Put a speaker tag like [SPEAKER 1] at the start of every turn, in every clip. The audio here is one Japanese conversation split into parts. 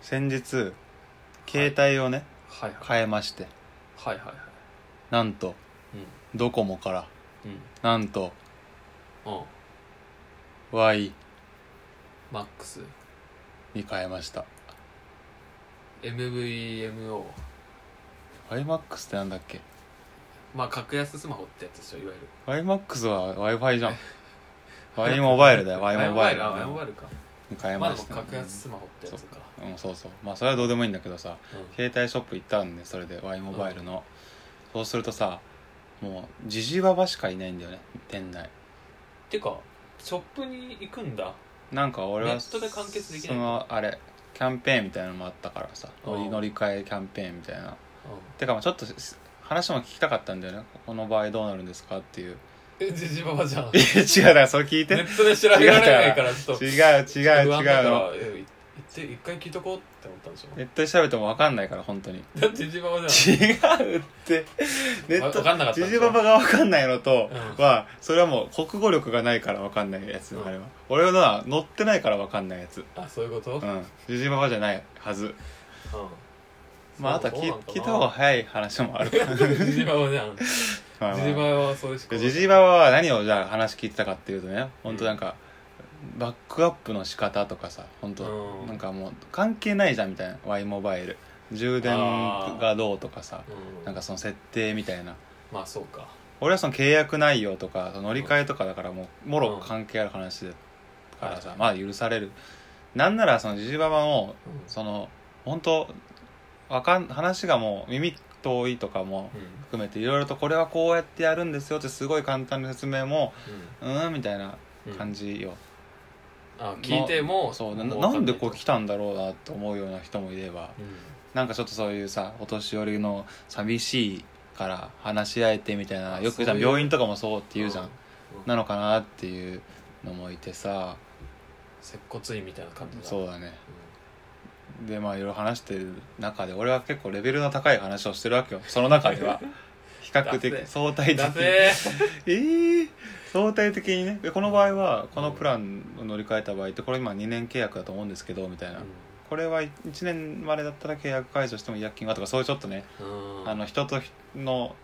[SPEAKER 1] 先日携帯をね
[SPEAKER 2] はいはい
[SPEAKER 1] 変えまして
[SPEAKER 2] はいはいはい
[SPEAKER 1] なんとドコモから
[SPEAKER 2] うんうん
[SPEAKER 1] なんと
[SPEAKER 2] うん
[SPEAKER 1] Y
[SPEAKER 2] マックス
[SPEAKER 1] に変えました
[SPEAKER 2] MVMO
[SPEAKER 1] YMAX ってなんだっけ
[SPEAKER 2] まあ格安スマホってやつですよいわゆる
[SPEAKER 1] YMAX は Wi-Fi じゃん Y モバイルだよ Y モバイル
[SPEAKER 2] あ Y モバイルか
[SPEAKER 1] に変え
[SPEAKER 2] まあ
[SPEAKER 1] ま
[SPEAKER 2] でも
[SPEAKER 1] した
[SPEAKER 2] 格安スマホってやつか
[SPEAKER 1] うんそうそうまあそれはどうでもいいんだけどさ
[SPEAKER 2] う
[SPEAKER 1] 携帯ショップ行ったんでそれで Y モバイルのそうするとさもうジジババしかいないんだよね店内
[SPEAKER 2] んてかショップに行くんだ
[SPEAKER 1] なんか俺は
[SPEAKER 2] ネットで完結でき
[SPEAKER 1] そ
[SPEAKER 2] ない
[SPEAKER 1] のあれキャンペーンみたいなのもあったからさ乗
[SPEAKER 2] う
[SPEAKER 1] り
[SPEAKER 2] ん
[SPEAKER 1] 乗り換えキャンペーンみたいなてかまあちょっとし話も聞きたかったんだよねこの場合どうなるんですかっていう
[SPEAKER 2] えジジババじゃん
[SPEAKER 1] い
[SPEAKER 2] ネ
[SPEAKER 1] や違うだからそれ聞いて違う
[SPEAKER 2] ットで調べられないからちょっと
[SPEAKER 1] 違う違う
[SPEAKER 2] 不安だから
[SPEAKER 1] の
[SPEAKER 2] え行って一回聞いとこうって思ったんでし
[SPEAKER 1] ネットで調べても分かんないから本当に
[SPEAKER 2] ょだってジジババじゃん
[SPEAKER 1] 違うってネッ
[SPEAKER 2] わ
[SPEAKER 1] ト
[SPEAKER 2] わかんなかったん
[SPEAKER 1] ジ
[SPEAKER 2] で
[SPEAKER 1] ジ
[SPEAKER 2] しょ
[SPEAKER 1] ババが分かんないのと
[SPEAKER 2] うん
[SPEAKER 1] はそれはもう国語力がないから分かんないやつ
[SPEAKER 2] うん
[SPEAKER 1] あれは俺のは乗ってないから分かんないやつ
[SPEAKER 2] あそういうことう
[SPEAKER 1] うんんジジババじゃないはずまああとは聞い
[SPEAKER 2] そうなんかな
[SPEAKER 1] 聞いた方が早い話もあ るから
[SPEAKER 2] ジジババじゃん。ジ
[SPEAKER 1] まあまあ
[SPEAKER 2] ジババはそれしか。
[SPEAKER 1] ジジババは何をじゃあ話聞いてたかっていうとね本当なんか、バックアップの仕方とかさ本当、
[SPEAKER 2] うん
[SPEAKER 1] なんかもう関係ないじゃんみたいな Y モバイル充電がどうとかさ
[SPEAKER 2] うん
[SPEAKER 1] なんかその設定みたいな
[SPEAKER 2] まあそうか。
[SPEAKER 1] 俺はその契約内容とかその乗り換えとかだからもうもろ関係ある話だからさ、
[SPEAKER 2] うん
[SPEAKER 1] まあ許されるなんならそのジジババも
[SPEAKER 2] うん
[SPEAKER 1] その本当わかん話がもう耳遠いとかも
[SPEAKER 2] うん
[SPEAKER 1] 含めていろいろとこれはこうやってやるんですよってすごい簡単な説明もうーんみたいな
[SPEAKER 2] うん
[SPEAKER 1] 感じよ、
[SPEAKER 2] あ聞いても
[SPEAKER 1] そうな
[SPEAKER 2] も
[SPEAKER 1] な
[SPEAKER 2] わか
[SPEAKER 1] んで
[SPEAKER 2] ないと
[SPEAKER 1] こう来たんだろうなと思うような人もいれば
[SPEAKER 2] うん
[SPEAKER 1] なんかちょっとそういうさお年寄りの寂しいから話し合えてみたいなよくさ
[SPEAKER 2] そういう
[SPEAKER 1] 病院とかもそうって言うじゃん、
[SPEAKER 2] うん
[SPEAKER 1] なのかなっていうのもいてさ
[SPEAKER 2] 接骨院みたいな感じ だ
[SPEAKER 1] そうだねでまあいろいろ話してる中で俺は結構レベルの高い話をしてるわけよその中で は比較
[SPEAKER 2] だせ
[SPEAKER 1] 的相対
[SPEAKER 2] うん
[SPEAKER 1] 的
[SPEAKER 2] だ
[SPEAKER 1] に
[SPEAKER 2] ぜ
[SPEAKER 1] えー、相対的にねでこの場合はこのプランを乗り換えた場合ってこれ今2年契約だと思うんですけどみたいな、これは1年までだったら契約解除しても違約金はとかそういうちょっとね、
[SPEAKER 2] うんうん
[SPEAKER 1] あの人と人の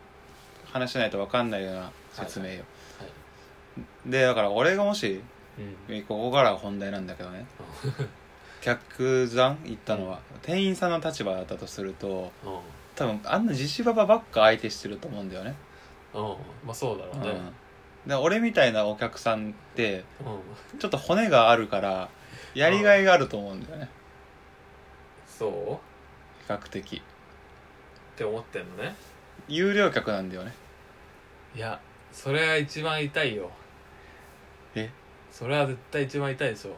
[SPEAKER 1] 話しないと分かんないような説明よ、
[SPEAKER 2] はい
[SPEAKER 1] でだから俺がもし
[SPEAKER 2] うん
[SPEAKER 1] ここからが本題なんだけど ね客さん行ったのは、店員さんの立場だったとすると
[SPEAKER 2] うん
[SPEAKER 1] 多分あんな自主ババばっか相手してると思うんだよね、
[SPEAKER 2] うんまあそうだろうね
[SPEAKER 1] うん、で俺みたいなお客さんって
[SPEAKER 2] うん
[SPEAKER 1] ちょっと骨があるからやりがいがあると思うんだよね
[SPEAKER 2] そう
[SPEAKER 1] 比較的
[SPEAKER 2] って思ってんのね
[SPEAKER 1] 有料客なんだよね
[SPEAKER 2] いやそれは一番痛いよ
[SPEAKER 1] え
[SPEAKER 2] それは絶対一番痛いでしょ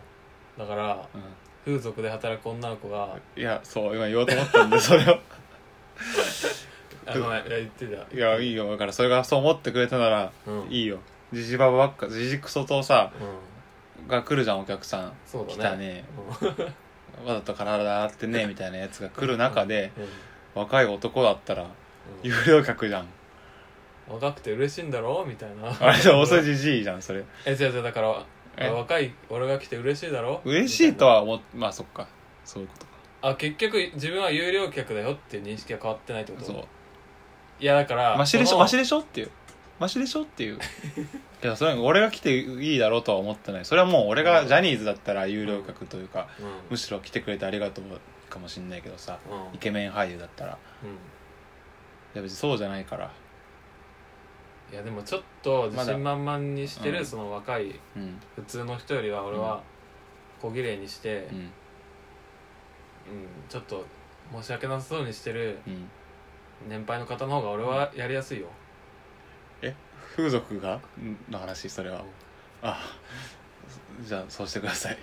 [SPEAKER 2] だから
[SPEAKER 1] う
[SPEAKER 2] 風俗で働く女の子が
[SPEAKER 1] んいやそう今言おうと思ったんでそれを
[SPEAKER 2] あごめんいや言ってた
[SPEAKER 1] いやいいよだからそれがそう思ってくれたなら
[SPEAKER 2] うん
[SPEAKER 1] いいよジジババばっかジジクソとさ
[SPEAKER 2] うん
[SPEAKER 1] が来るじゃんお客さん
[SPEAKER 2] そうだね
[SPEAKER 1] 来たね
[SPEAKER 2] うん
[SPEAKER 1] わざと体あってねみたいなやつが来る中で
[SPEAKER 2] うん
[SPEAKER 1] 若い男だったら
[SPEAKER 2] う
[SPEAKER 1] 有料客じゃん
[SPEAKER 2] ん若くて嬉しいんだろみたいな
[SPEAKER 1] あれ遅い
[SPEAKER 2] い
[SPEAKER 1] じじいじゃんそれ
[SPEAKER 2] え違う違うだから
[SPEAKER 1] え
[SPEAKER 2] 若い俺が来て嬉しいだろ
[SPEAKER 1] 嬉しいとは思っまあそっかそういうことか
[SPEAKER 2] みたいなあ結局自分は有料客だよっていう認識が変わってないってこと
[SPEAKER 1] そう
[SPEAKER 2] いやだから
[SPEAKER 1] マシでしょ
[SPEAKER 2] この
[SPEAKER 1] マシでしょっていうマシでしょって いういやそれは俺が来ていいだろうとは思ってないそれはもう俺がジャニーズだったら有料客というか、
[SPEAKER 2] うん
[SPEAKER 1] むしろ来てくれてありがとうかもしんないけどさ
[SPEAKER 2] うん
[SPEAKER 1] イケメン俳優だったらい
[SPEAKER 2] うん
[SPEAKER 1] や別にそうじゃないから
[SPEAKER 2] いやでもちょっと自信満々にして
[SPEAKER 1] まだう
[SPEAKER 2] る
[SPEAKER 1] ん
[SPEAKER 2] その若い
[SPEAKER 1] うん
[SPEAKER 2] 普通の人よりは俺は小綺麗にして
[SPEAKER 1] う、ん
[SPEAKER 2] うん、ちょっと申し訳なさそうにしてる
[SPEAKER 1] うん
[SPEAKER 2] 年配の方の方が俺はやりやすいよ、
[SPEAKER 1] え風俗がんの話それはあじゃあそうしてください